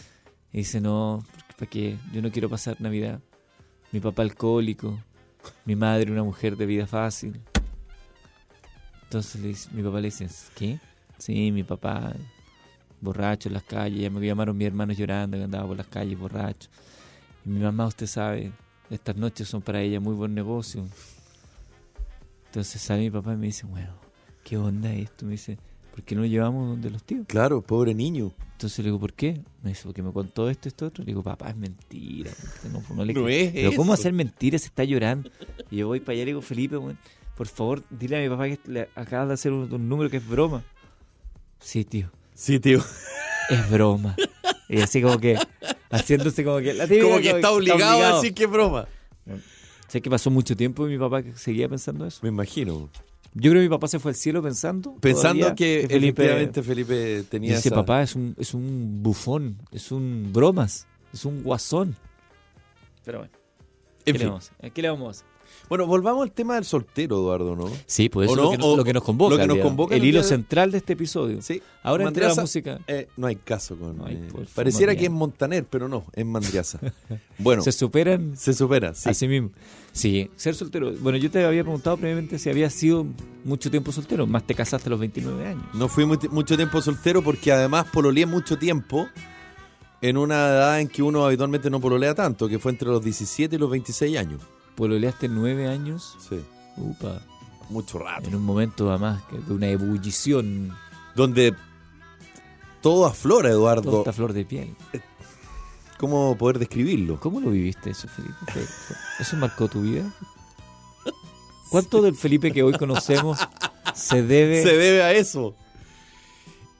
S1: Y dice, no, ¿para qué? Yo no quiero pasar Navidad. Mi papá alcohólico, mi madre una mujer de vida fácil. Entonces le dice- mi papá le dice, ¿qué? Sí, mi papá borracho en las calles, ya me llamaron mis hermanos llorando que andaba por las calles borracho. Y mi mamá, usted sabe, estas noches son para ella muy buen negocio. Entonces sale mi papá y me dice, bueno, ¿qué onda esto? Me dice, ¿por qué no lo llevamos donde los tíos?
S2: Claro, pobre niño.
S1: Entonces le digo, ¿por qué? Me dice, porque me contó esto, esto, otro. Le digo, papá, es mentira. puta, No, no le
S2: No
S1: creo".
S2: es
S1: Pero ¿cómo
S2: eso.
S1: hacer mentiras? Se está llorando. Y yo voy para allá y le digo, Felipe, weón, por favor, dile a mi papá que le acabas de hacer un, un número que es broma. Sí, tío,
S2: Sí, tío.
S1: es broma. Y así como que, haciéndose como que... La típica
S2: Como que está obligado a decir que es broma.
S1: Sé que pasó mucho tiempo y mi papá seguía pensando eso.
S2: Me imagino.
S1: Yo creo que mi papá se fue al cielo pensando.
S2: Pensando
S1: todavía
S2: que,
S1: Felipe-
S2: efectivamente Felipe tenía
S1: Dice,
S2: esa-
S1: papá, es un, es un bufón, es un bromas, es un guasón. Pero bueno, ¿qué,
S2: En
S1: le
S2: fin.
S1: vamos, a hacer? ¿Qué le vamos a hacer?
S2: Bueno, volvamos al tema del soltero, Eduardo, ¿no?
S1: Sí, pues
S2: ¿O
S1: eso
S2: no?
S1: es lo que,
S2: O-
S1: lo que nos convoca.
S2: lo que nos
S1: digamos.
S2: convoca en
S1: el
S2: el
S1: hilo
S2: día de-
S1: central de este episodio.
S2: Sí.
S1: Ahora entra la
S2: Mandriaza,
S1: música.
S2: eh, no hay caso con.
S1: No hay,
S2: eh,
S1: por favor,
S2: pareciera
S1: Mandriaza.
S2: que es Montaner, pero no, es Mandriaza. bueno,
S1: Se
S2: se,
S1: superan
S2: supera, sí.
S1: así mismo. Sí, ser soltero. Bueno, yo te había preguntado previamente si habías sido mucho tiempo soltero, más te casaste a los 29 años.
S2: No fui mu- mucho tiempo soltero porque además pololeé mucho tiempo en una edad en que uno habitualmente no pololea tanto, que fue entre los 17 y los 26 años.
S1: Pololeaste 9 años,
S2: Sí,
S1: upa,
S2: mucho rato.
S1: en un momento además que de una ebullición,
S2: Donde todo aflora,
S1: toda
S2: Eduardo.
S1: esta flor de piel.
S2: ¿Cómo poder describirlo?
S1: ¿Cómo lo viviste eso, Felipe? ¿Fue- fue- ¿Eso marcó tu vida? ¿Cuánto del Felipe que hoy conocemos se debe
S2: Se debe a eso.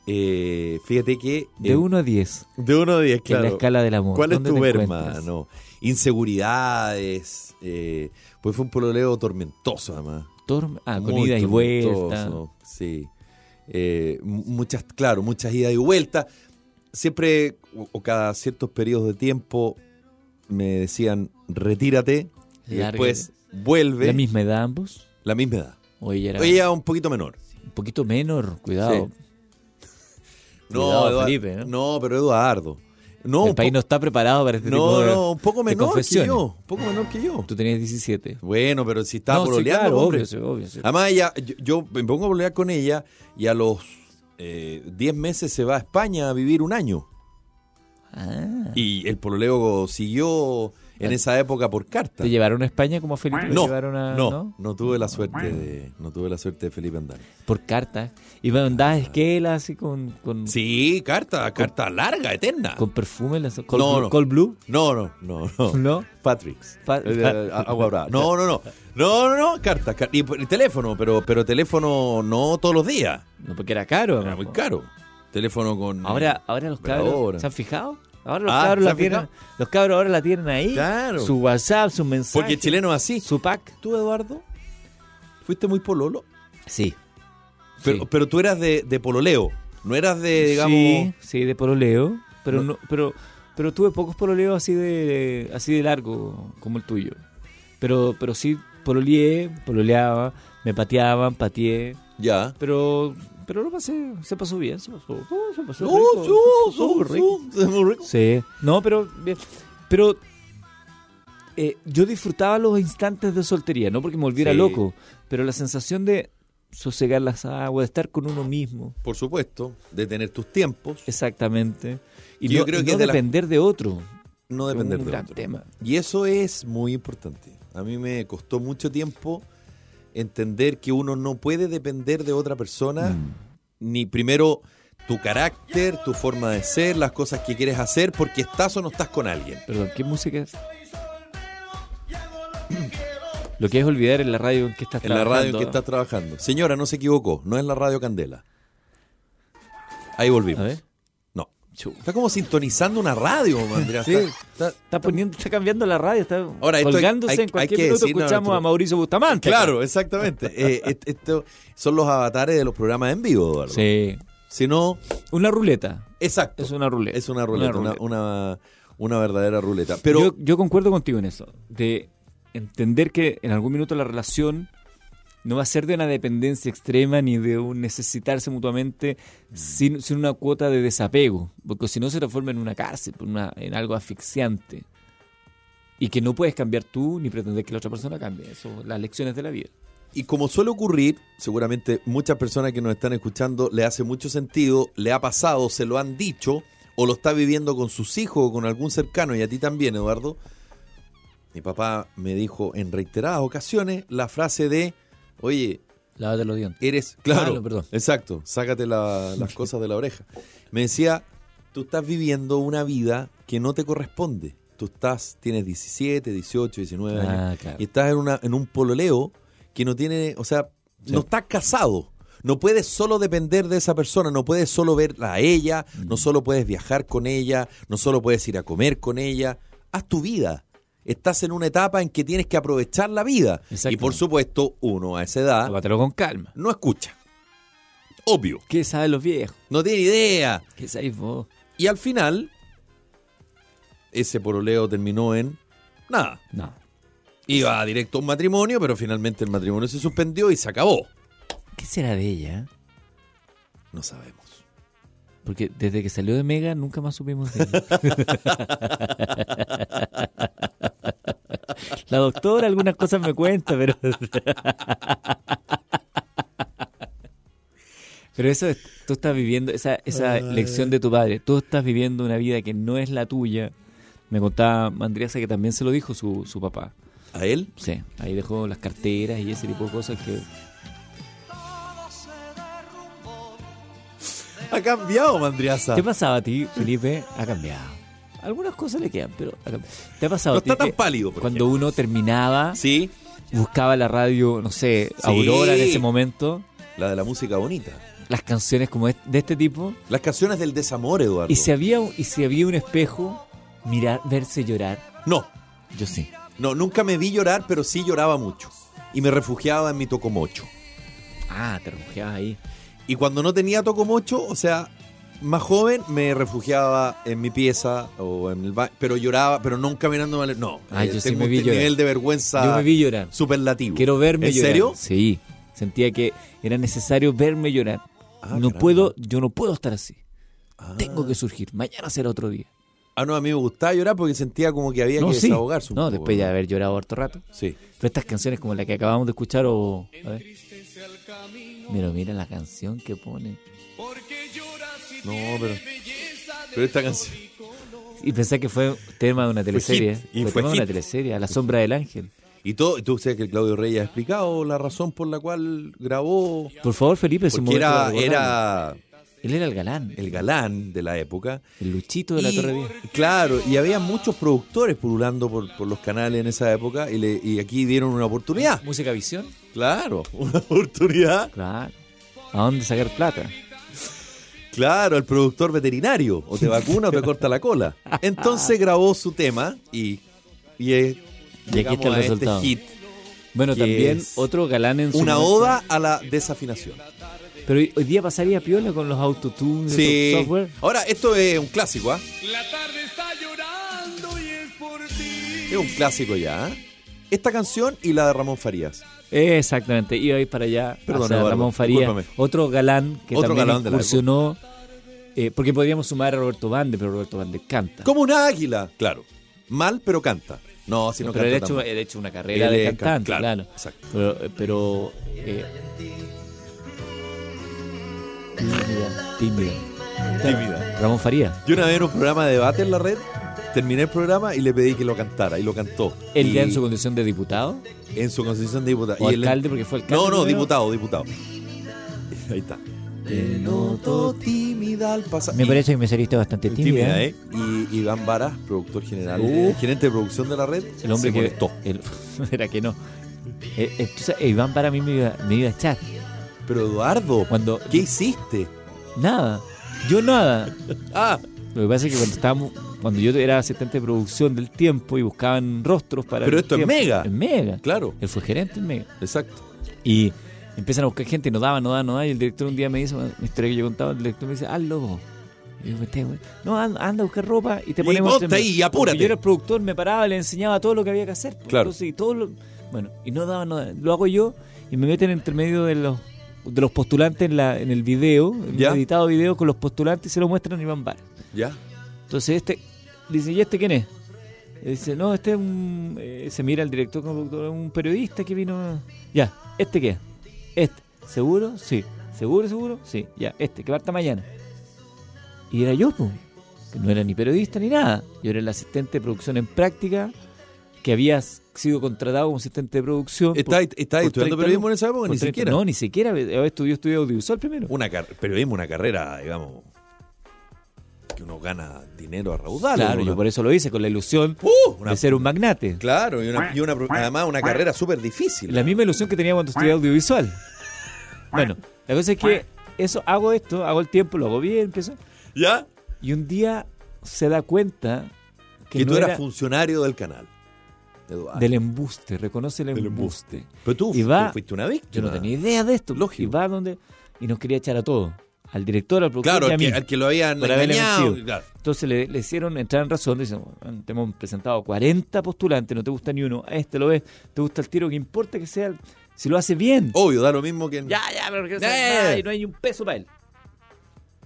S2: Eh, fíjate que.
S1: de
S2: en-
S1: 1 a 10
S2: De uno a diez, claro.
S1: en la escala del amor?
S2: ¿Cuál es
S1: ¿Dónde
S2: tu
S1: te
S2: verma?
S1: encuentras?
S2: No. Inseguridades. eh, pues fue un pololeo tormentoso, además.
S1: Torm- ah, con
S2: Muy
S1: ida y vuelta.
S2: tormentoso, Sí. Eh, mu- muchas, claro, muchas idas y vueltas. Siempre, o, o cada ciertos periodos de tiempo, me decían, retírate. Y
S1: Lárgate.
S2: después vuelve.
S1: ¿La misma edad ambos?
S2: la misma edad.
S1: ¿O ella era
S2: Ella un poquito menor.
S1: un poquito menor? Cuidado. Cuidado,
S2: Eduardo-
S1: Felipe, ¿no?
S2: no, pero Eduardo. No,
S1: El
S2: un
S1: país
S2: po-
S1: no está preparado para este tipo
S2: no,
S1: de...
S2: no, un poco menor que
S1: confesiones.
S2: yo. Un poco menor que yo.
S1: Tú tenías 17.
S2: Bueno, pero si estaba
S1: no, sí,
S2: pololeando,
S1: claro,
S2: hombre. Ah.
S1: obvio, sí, obvio, sí.
S2: Además, ella, yo, yo me pongo a pololear con ella y a los eh, 10 meses se va a España a vivir un año.
S1: Ah.
S2: Y el pololeo siguió en esa época por carta.
S1: ¿Te llevaron a España como a Felipe? ¿Te
S2: No,
S1: llevaron a-
S2: no, no, tuve la suerte de, no tuve la suerte de Felipe Andar.
S1: Por cartas. Y mandabas esquelas así con, con,
S2: Sí, carta, carta larga, eterna.
S1: con perfume. las- Cold,
S2: No,
S1: blue,
S2: no.
S1: Cold Blue.
S2: No, no, no, no.
S1: ¿No?
S2: Patrick's.
S1: Pa-
S2: Eh, eh, agua brava. No, no, no. No, no, no, carta, car- y, y teléfono, pero, pero teléfono no todos los días.
S1: No, porque era caro.
S2: Era
S1: ¿no?
S2: muy caro. Teléfono con.
S1: Ahora, ahora los cabros.
S2: Ahora.
S1: ¿Se han fijado? Ahora los
S2: Ah,
S1: cabros
S2: ¿se
S1: la
S2: han fijado?
S1: tienen. Los cabros ahora la tienen ahí.
S2: Claro.
S1: Su WhatsApp, su mensaje.
S2: Porque el chileno es así.
S1: Su pack.
S2: ¿Tú, Eduardo? ¿Fuiste muy pololo?
S1: Sí.
S2: Pero,
S1: Sí.
S2: pero tú eras de, de pololeo. No eras de, digamos.
S1: Sí, sí, de pololeo. Pero no, pero, pero tuve pocos pololeos así de. así de largo, como el tuyo. Pero, pero sí pololeé, pololeaba, me pateaban, pateé.
S2: Ya.
S1: Pero, pero lo pasé, se pasó bien, se pasó. oh, se pasó
S2: Uh,
S1: rico, se
S2: uh,
S1: pasó
S2: uh,
S1: rico.
S2: uh, es muy rico.
S1: Sí, no, pero, bien, pero eh, yo disfrutaba los instantes de soltería, no porque me volviera
S2: Sí.
S1: loco, pero la sensación de sosegar las aguas, de estar con uno mismo,
S2: Por supuesto, de tener tus tiempos,
S1: exactamente, y
S2: Yo
S1: no,
S2: creo
S1: y
S2: que
S1: no
S2: de la-
S1: depender de otro.
S2: no
S1: que es
S2: depender
S1: un
S2: de
S1: gran
S2: otro.
S1: tema.
S2: Y eso es muy importante. A mí me costó mucho tiempo entender que uno no puede depender de otra persona,
S1: Mm.
S2: ni primero tu carácter, tu forma de ser, las cosas que quieres hacer, porque estás o no estás con alguien.
S1: Perdón, ¿qué música es? Lo que es olvidar en la radio en que estás
S2: En la radio en
S1: trabajando,
S2: que estás trabajando. Señora, no se equivocó, no es la radio Candela. Ahí
S1: ¿ah? A
S2: volvimos.
S1: ver.
S2: No.
S1: Chu.
S2: Está como sintonizando una radio, Andrea.
S1: Sí.
S2: Está- está-
S1: Está poniendo, está cambiando la radio, está
S2: Ahora, esto hay-
S1: colgándose
S2: hay- hay
S1: en cualquier
S2: que
S1: minuto
S2: decirnos a
S1: escuchamos
S2: nuestro-
S1: a Mauricio Bustamante.
S2: claro, exactamente. Eh, est- esto son los avatares de los programas en vivo, Eduardo.
S1: Sí.
S2: Si no,
S1: Una ruleta.
S2: exacto.
S1: Es una ruleta.
S2: Es una ruleta, una,
S1: ruleta.
S2: una- una verdadera ruleta. Pero
S1: yo, yo concuerdo contigo en eso. De entender que en algún minuto la relación no va a ser de una dependencia extrema ni de un necesitarse mutuamente
S2: Mm.
S1: sin, sin una cuota de desapego. Porque si no se transforma en una cárcel, en, una- en algo asfixiante. Y que no puedes cambiar tú ni pretender que la otra persona cambie. Eso, las lecciones de la vida.
S2: Y como suele ocurrir, seguramente muchas personas que nos están escuchando le hace mucho sentido, le ha pasado, se lo han dicho, o lo está viviendo con sus hijos o con algún cercano, y a ti también, Eduardo, Mi papá me dijo en reiteradas ocasiones la frase de, oye,
S1: Lávate los dientes.
S2: eres, claro,
S1: Ah, no, perdón.
S2: exacto, sácate la- las cosas de la oreja. Me decía, tú estás viviendo una vida que no te corresponde. Tú estás, tienes 17, 18, 19 años.
S1: Ah, claro.
S2: Y estás en, una, en un pololeo que no tiene, o sea, no estás casado. No puedes solo depender de esa persona, no puedes solo verla a ella,
S1: Mm.
S2: no solo puedes viajar con ella, no solo puedes ir a comer con ella. Haz tu vida. Estás en una etapa en que tienes que aprovechar la vida. Y
S1: Exactamente.
S2: por supuesto, uno a esa edad
S1: Lávatelos con calma.
S2: no escucha. Obvio,
S1: ¿Qué saben los viejos?
S2: no tiene idea.
S1: ¿Qué sabéis vos?
S2: Y al final, ese poroleo terminó en nada.
S1: No.
S2: Iba directo a un matrimonio, pero finalmente el matrimonio se suspendió y se acabó.
S1: ¿Qué será de ella?
S2: No sabemos.
S1: Porque desde que salió de Mega nunca más supimos de ella. La doctora algunas cosas me cuenta, pero... Pero eso, es- tú estás viviendo, esa, esa lección de tu padre, tú estás viviendo una vida que no es la tuya. Me contaba Mandriasa que también se lo dijo su, su papá.
S2: ¿A él?
S1: Sí, ahí dejó las carteras y ese tipo de cosas que...
S2: Ha cambiado, Mandriasa.
S1: ¿Te pasaba a ti, Felipe? Ha cambiado. Algunas cosas le quedan, pero ha cambiado. ¿Te ha pasado
S2: No
S1: a ti
S2: está tan
S1: que
S2: pálido. por
S1: Cuando
S2: ejemplo.
S1: uno terminaba,
S2: Sí,
S1: buscaba la radio, no sé, Aurora en ese momento,
S2: la de la música bonita.
S1: las canciones como est- de este tipo,
S2: Las canciones del desamor, Eduardo.
S1: y si había un, y si había un espejo, mirar, verse llorar.
S2: No,
S1: Yo sí.
S2: no, nunca me vi llorar, pero sí lloraba mucho. Y me refugiaba en mi tocomocho.
S1: Ah, te refugiabas ahí.
S2: Y cuando no tenía tocomocho, o sea, más joven, me refugiaba en mi pieza o en el baño, pero lloraba, pero nunca mirando mal. No, eh,
S1: Ah, yo sí
S2: tengo
S1: me vi
S2: un
S1: llorar.
S2: nivel de vergüenza
S1: Yo me vi llorar.
S2: superlativo.
S1: Quiero verme
S2: ¿En
S1: llorar.
S2: serio?
S1: Sí. Sentía que era necesario verme llorar.
S2: Ah,
S1: no
S2: caramba.
S1: puedo, yo no puedo estar así.
S2: Ah.
S1: Tengo que surgir. Mañana será otro día.
S2: Ah, no, a mí me gustaba llorar porque sentía como que había
S1: no,
S2: que
S1: sí.
S2: desahogarse un
S1: no,
S2: poco.
S1: después de haber llorado harto rato.
S2: Sí.
S1: Pero estas canciones como la que acabamos de escuchar o... A ver. Pero mira la canción que pone.
S2: No, pero. Pero esta canción.
S1: Y pensé que fue tema de una teleserie.
S2: hit, y
S1: fue
S2: fue
S1: tema de una
S2: hit.
S1: teleserie, A la sombra del ángel.
S2: Y todo, tú sabes que el Claudio Reyes ha explicado la razón por la cual grabó.
S1: Por favor, Felipe, es un
S2: Porque era,
S1: momento recordable.
S2: era
S1: Él era el galán, el,
S2: el galán de la época.
S1: luchito de la
S2: Y-
S1: Torre Vieja.
S2: Claro, y había muchos productores pululando por, por los canales en esa época y, le- y aquí dieron una oportunidad.
S1: ¿Música Visión?
S2: Claro, una oportunidad.
S1: Claro. ¿A dónde sacar plata?
S2: Claro, el productor veterinario. O te vacuna o te corta la cola. Entonces grabó su tema y, y, es,
S1: Y aquí está el
S2: llegamos a este
S1: resultado.
S2: hit,
S1: Bueno,
S2: Que
S1: también
S2: es
S1: otro galán en su
S2: una
S1: momento.
S2: oda a la desafinación.
S1: Pero hoy hoy día pasaría piola con los autotunes,
S2: Sí.
S1: otro software.
S2: Ahora, esto es un clásico, ¿ah? Es un clásico ya, ¿ah? Esta canción y la de Ramón Farías.
S1: Exactamente, iba a ir para allá.
S2: Perdón,
S1: hacia
S2: Eduardo,
S1: Ramón Faría,
S2: discúlpame.
S1: otro galán que
S2: Otro
S1: también
S2: galán de la
S1: incursionó. eh, porque podríamos sumar a Roberto Bande, pero Roberto Bande canta.
S2: Como una águila, claro. Mal, pero canta. No, si no
S1: pero él
S2: canta
S1: ha
S2: tan
S1: hecho,
S2: mal.
S1: él ha hecho una carrera
S2: Él
S1: de
S2: es
S1: cantante,
S2: can-
S1: claro.
S2: Exacto.
S1: Pero, pero, eh, tímida, tímida. eh,
S2: Tímida.
S1: Ramón Faría.
S2: Yo una vez en un programa de debate en la red, terminé el programa y le pedí que lo cantara y lo cantó.
S1: Él
S2: Y-
S1: ya en su condición de diputado
S2: en su constitución de diputado.
S1: o
S2: Y él-
S1: alcalde, porque fue alcalde.
S2: no, no,
S1: primero.
S2: diputado, diputado. Ahí está. Te noto tímida al pasar.
S3: Me parece que me saliste bastante tímida.
S2: tímida, ¿eh? Y Iván Varas, productor general, eh,
S1: Uh.
S2: gerente de producción de la red,
S1: El hombre
S2: se
S1: que.
S2: molestó.
S1: el- era que no. Eh, eh, tú sabes, Iván para mí me iba, me iba a echar.
S2: Pero Eduardo,
S1: Cuando.
S2: ¿qué hiciste?
S1: Nada. Yo nada.
S2: Ah,
S1: Lo que pasa es que cuando estábamos, cuando yo era asistente de producción del tiempo y buscaban rostros para.
S2: Pero
S1: el
S2: esto es
S1: tiempo-
S2: Mega.
S1: En Mega.
S2: claro,
S1: Él fue gerente en Mega.
S2: exacto.
S1: Y empiezan a buscar gente, no daba, no daba, no daba. Y el director un día me dice, una historia que yo contaba, el director me dice, hazlo vos. Y yo me tengo, no, an- anda a buscar ropa y te
S2: Y
S1: ponemos.
S2: ponte
S1: en Mega".
S2: ahí, y apúrate.
S1: Porque Yo era el productor, me paraba, le enseñaba todo lo que había que hacer. pues.
S2: Claro.
S1: Entonces, y todo lo- bueno, y no daba, no daba. Lo hago yo y me meten entre medio de los de los postulantes en, la, en el video, en
S2: ¿Ya?
S1: un editado video con los postulantes y se lo muestran a Iván Bar.
S2: Ya.
S1: Entonces este dice, ¿y este quién es? Y dice, no, este es un... eh, se mira el director como productor, un periodista que vino... a- Ya, ¿este qué es? Este. ¿Seguro? Sí. ¿Seguro, seguro? Sí. Ya, este, que parta mañana. Y era yo, pues, que no era ni periodista ni nada. Yo era el asistente de producción en práctica, que habías sido contratado como asistente de producción. por-
S2: Está, está
S1: por
S2: estudiando
S1: 30
S2: periodismo en esa época,
S1: por
S2: ni
S1: 30
S2: siquiera.
S1: No, ni siquiera. Había estudiado, estudiado audiovisual primero.
S2: Una car- periodismo, una carrera, digamos, que uno gana dinero a raudal.
S1: claro,
S2: una-
S1: yo por eso lo hice, con la ilusión
S2: ¡Uh! Una-
S1: de ser un magnate.
S2: Claro, y, una- y una pro- además una carrera súper difícil.
S1: La misma ilusión que tenía cuando estudié audiovisual. Bueno, la cosa es que eso, hago esto, hago el tiempo, lo hago bien, empiezo.
S2: ¿Ya?
S1: Y un día se da cuenta que,
S2: Que
S1: no
S2: tú eras
S1: era
S2: funcionario del canal. Eduardo.
S1: del embuste, reconoce el
S2: Del
S1: embuste.
S2: Pero tú,
S1: y va-
S2: tú fuiste una víctima.
S1: Yo no tenía idea de esto.
S2: Lógico.
S1: Y va donde y nos quería echar a todos, al director, al productor
S2: Claro,
S1: y a
S2: al
S1: mí.
S2: que, al que lo habían
S1: por haberle
S2: engañado.
S1: mentido.
S2: claro.
S1: Entonces le, le hicieron entrar en razón, dicen, "Bueno, te hemos presentado 40 postulantes, no te gusta ni uno, a este lo ves, te gusta el tiro, que importa que sea, el- si lo hace bien.
S2: Obvio, da lo mismo que... en-
S1: Ya, ya, pero que no sabe
S2: Eh.
S1: nada y no hay ni un peso para él.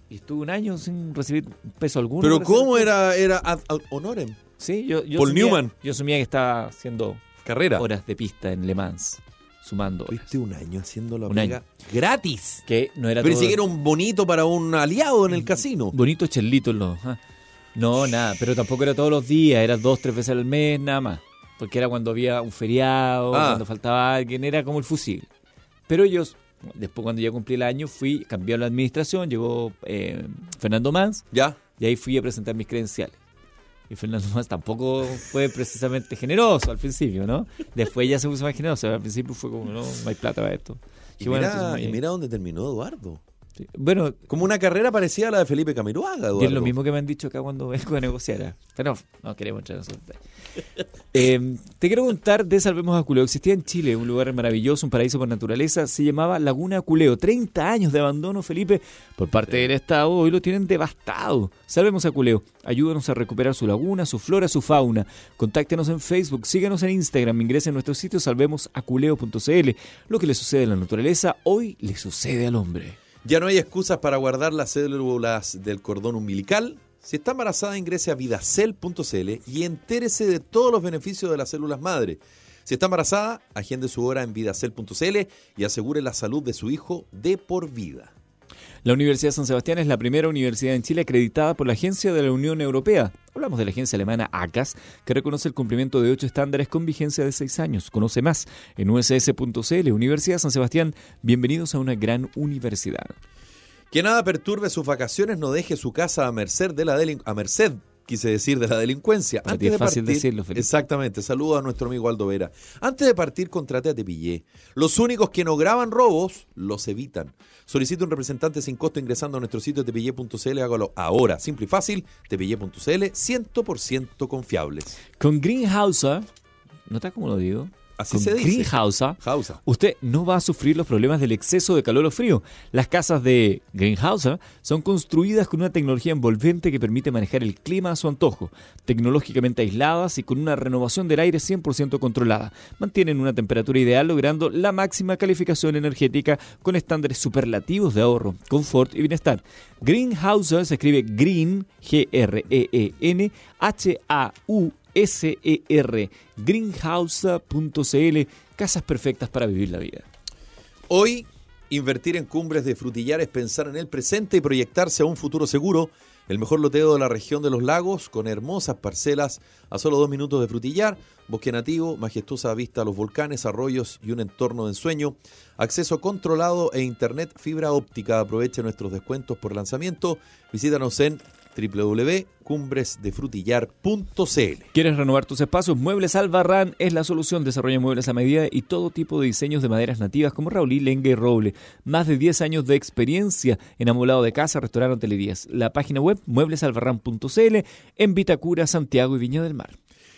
S1: Y estuve un año sin recibir un peso alguno.
S2: Pero
S1: para hacer
S2: ¿cómo
S1: esto.
S2: era, era ad, ad honorem?
S1: Sí, yo, yo
S2: Paul
S1: asumía-
S2: Newman.
S1: Yo asumía que estaba haciendo
S2: Carrera.
S1: horas de pista en Le Mans, sumando horas.
S2: Tuviste un año haciendo la
S1: Un
S2: pega gratis.
S1: Que no era
S2: Pero ni
S1: todo- Mm.
S2: siquiera un bonito para un aliado en el casino.
S1: Bonito chelito, no. ah. No, nada, pero tampoco era todos los días, era dos, tres veces al mes, nada más. Porque era cuando había un feriado,
S2: Ah.
S1: cuando faltaba alguien, era como el fusil. Pero ellos, después cuando ya cumplí el año, fui, cambió la administración, llegó eh, Fernando Mans,
S2: Ya.
S1: y ahí fui a presentar mis credenciales. Y Fernando Mans tampoco fue precisamente generoso al principio, ¿no? Después ya se puso más generoso, al principio fue como, no, no hay plata para esto.
S2: Y,
S1: bueno,
S2: mira,
S1: entonces,
S2: y
S1: eh,
S2: mira dónde terminó Eduardo.
S1: sí. bueno,
S2: Como una carrera parecida a la de Felipe Camiroaga, Eduardo.
S1: Y es lo mismo que me han dicho acá cuando vengo a negociar. ¿ah? Pero no, no queremos entrar en esos detalles. Eh, te quiero contar de Salvemos a Culeo. Existía en Chile un lugar maravilloso, un paraíso por naturaleza. Se llamaba Laguna Culeo. 30 años de abandono, Felipe, por parte del Estado. Hoy lo tienen devastado. Salvemos a Culeo. Ayúdanos a recuperar su laguna, su flora, su fauna. Contáctenos en Facebook, síganos en Instagram, ingresen a nuestro sitio salvemosaculeo.cl. Lo que le sucede a la naturaleza, hoy le sucede al hombre.
S2: Ya no hay excusas para guardar las células del cordón umbilical. Si está embarazada, ingrese a vidacel.cl y entérese de todos los beneficios de las células madre. Si está embarazada, agende su hora en vidacel.cl y asegure la salud de su hijo de por vida.
S1: La Universidad San Sebastián es la primera universidad en Chile acreditada por la Agencia de la Unión Europea. Hablamos de la agencia alemana ACAS, que reconoce el cumplimiento de ocho estándares con vigencia de seis años. Conoce más en uss.cl. Universidad San Sebastián, bienvenidos a una gran universidad.
S2: Que nada perturbe sus vacaciones, no deje su casa a merced de la delincuencia. A merced, quise decir, de la delincuencia.
S1: Para ti es fácil decirlo, Felipe.
S2: Exactamente. Saludo a nuestro amigo Aldo Vera. Antes de partir, contrate a Tepillé. Los únicos que no graban robos, los evitan. Solicite un representante sin costo ingresando a nuestro sitio tepillé.cl. Hágalo ahora. Simple y fácil. tepillé.cl, 100% confiables.
S1: Con Greenhouser, ¿nota cómo lo digo?
S2: Así
S1: Con
S2: se dice.
S1: Greenhouser,
S2: Jausa.
S1: usted no va a sufrir los problemas del exceso de calor o frío. Las casas de Greenhouser son construidas con una tecnología envolvente que permite manejar el clima a su antojo, tecnológicamente aisladas y con una renovación del aire 100% controlada. Mantienen una temperatura ideal logrando la máxima calificación energética con estándares superlativos de ahorro, confort y bienestar. Greenhouser se escribe Green, E G-R-E-E-N, H-A-U. E S-E-R, greenhouse.cl, casas perfectas para vivir la vida.
S2: Hoy, invertir en cumbres de frutillar es pensar en el presente y proyectarse a un futuro seguro. El mejor loteo de la región de los lagos, con hermosas parcelas a solo dos minutos de frutillar, bosque nativo, majestuosa vista a los volcanes, arroyos y un entorno de ensueño. Acceso controlado e internet fibra óptica. Aproveche nuestros descuentos por lanzamiento. Visítanos en www.cumbresdefrutillar.cl.
S1: ¿Quieres renovar tus espacios? Muebles Albarrán es la solución. Desarrolla muebles a medida y todo tipo de diseños de maderas nativas como raulí, lenga y roble. Más de 10 años de experiencia en amoblado de casa, restaurante, hotelerías. La página web mueblesalbarrán.cl en Vitacura, Santiago y Viña del Mar.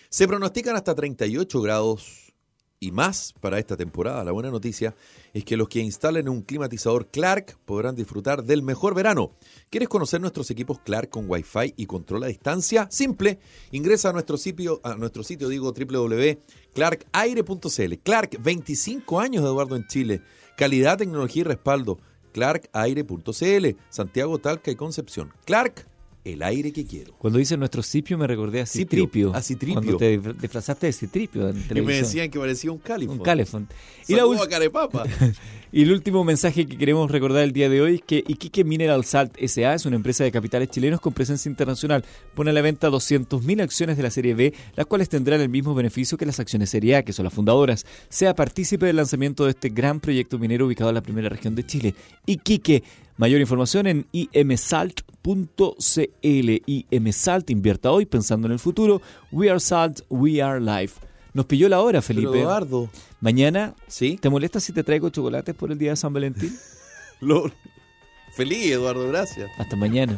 S2: Se pronostican hasta 38 grados y más para esta temporada. La buena noticia es que los que instalen un climatizador Clark podrán disfrutar del mejor verano. ¿Quieres conocer nuestros equipos Clark con Wi-Fi y control a distancia? Simple. Ingresa a nuestro sitio, a nuestro sitio digo www.clarkaire.cl. Clark, 25 años de Eduardo en Chile. Calidad, tecnología y respaldo. Clarkaire.cl. Santiago, Talca y Concepción. Clark el aire que quiero.
S1: Cuando dice nuestro Cipio me recordé a
S2: Ciprio.
S1: Citripio.
S2: A Citripio.
S1: Cuando te dif- disfrazaste de Citripio en
S2: Y
S1: televisión.
S2: me decían que parecía un califón.
S1: Un calefón. Y, la
S2: Saludo
S1: ul-
S2: a Carepapa.
S1: y el último mensaje que queremos recordar el día de hoy es que Iquique Mineral Salt S.A. es una empresa de capitales chilenos con presencia internacional. Pone a la venta 200.000 acciones de la Serie B, las cuales tendrán el mismo beneficio que las acciones Serie A, que son las fundadoras. Sea partícipe del lanzamiento de este gran proyecto minero ubicado en la primera región de Chile. Iquique, mayor información en imsalt.cl. IMSalt, invierta hoy pensando en el futuro. We are Salt, we are life. Nos pilló la hora, Felipe.
S2: Pero Eduardo,
S1: Mañana
S2: ¿sí?
S1: ¿Te molesta si te traigo chocolates por el día de San Valentín?
S2: Lo- Feliz, Eduardo, gracias.
S1: Hasta mañana.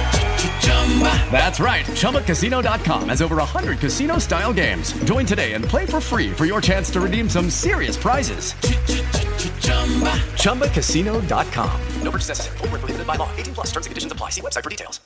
S5: That's right. ChumbaCasino.com has over 100 casino-style games. Join today and play for free for your chance to redeem some serious prizes. ChumbaCasino.com. No purchase necessary. Void where prohibited by law. 18 plus. Terms and conditions apply. See website for details.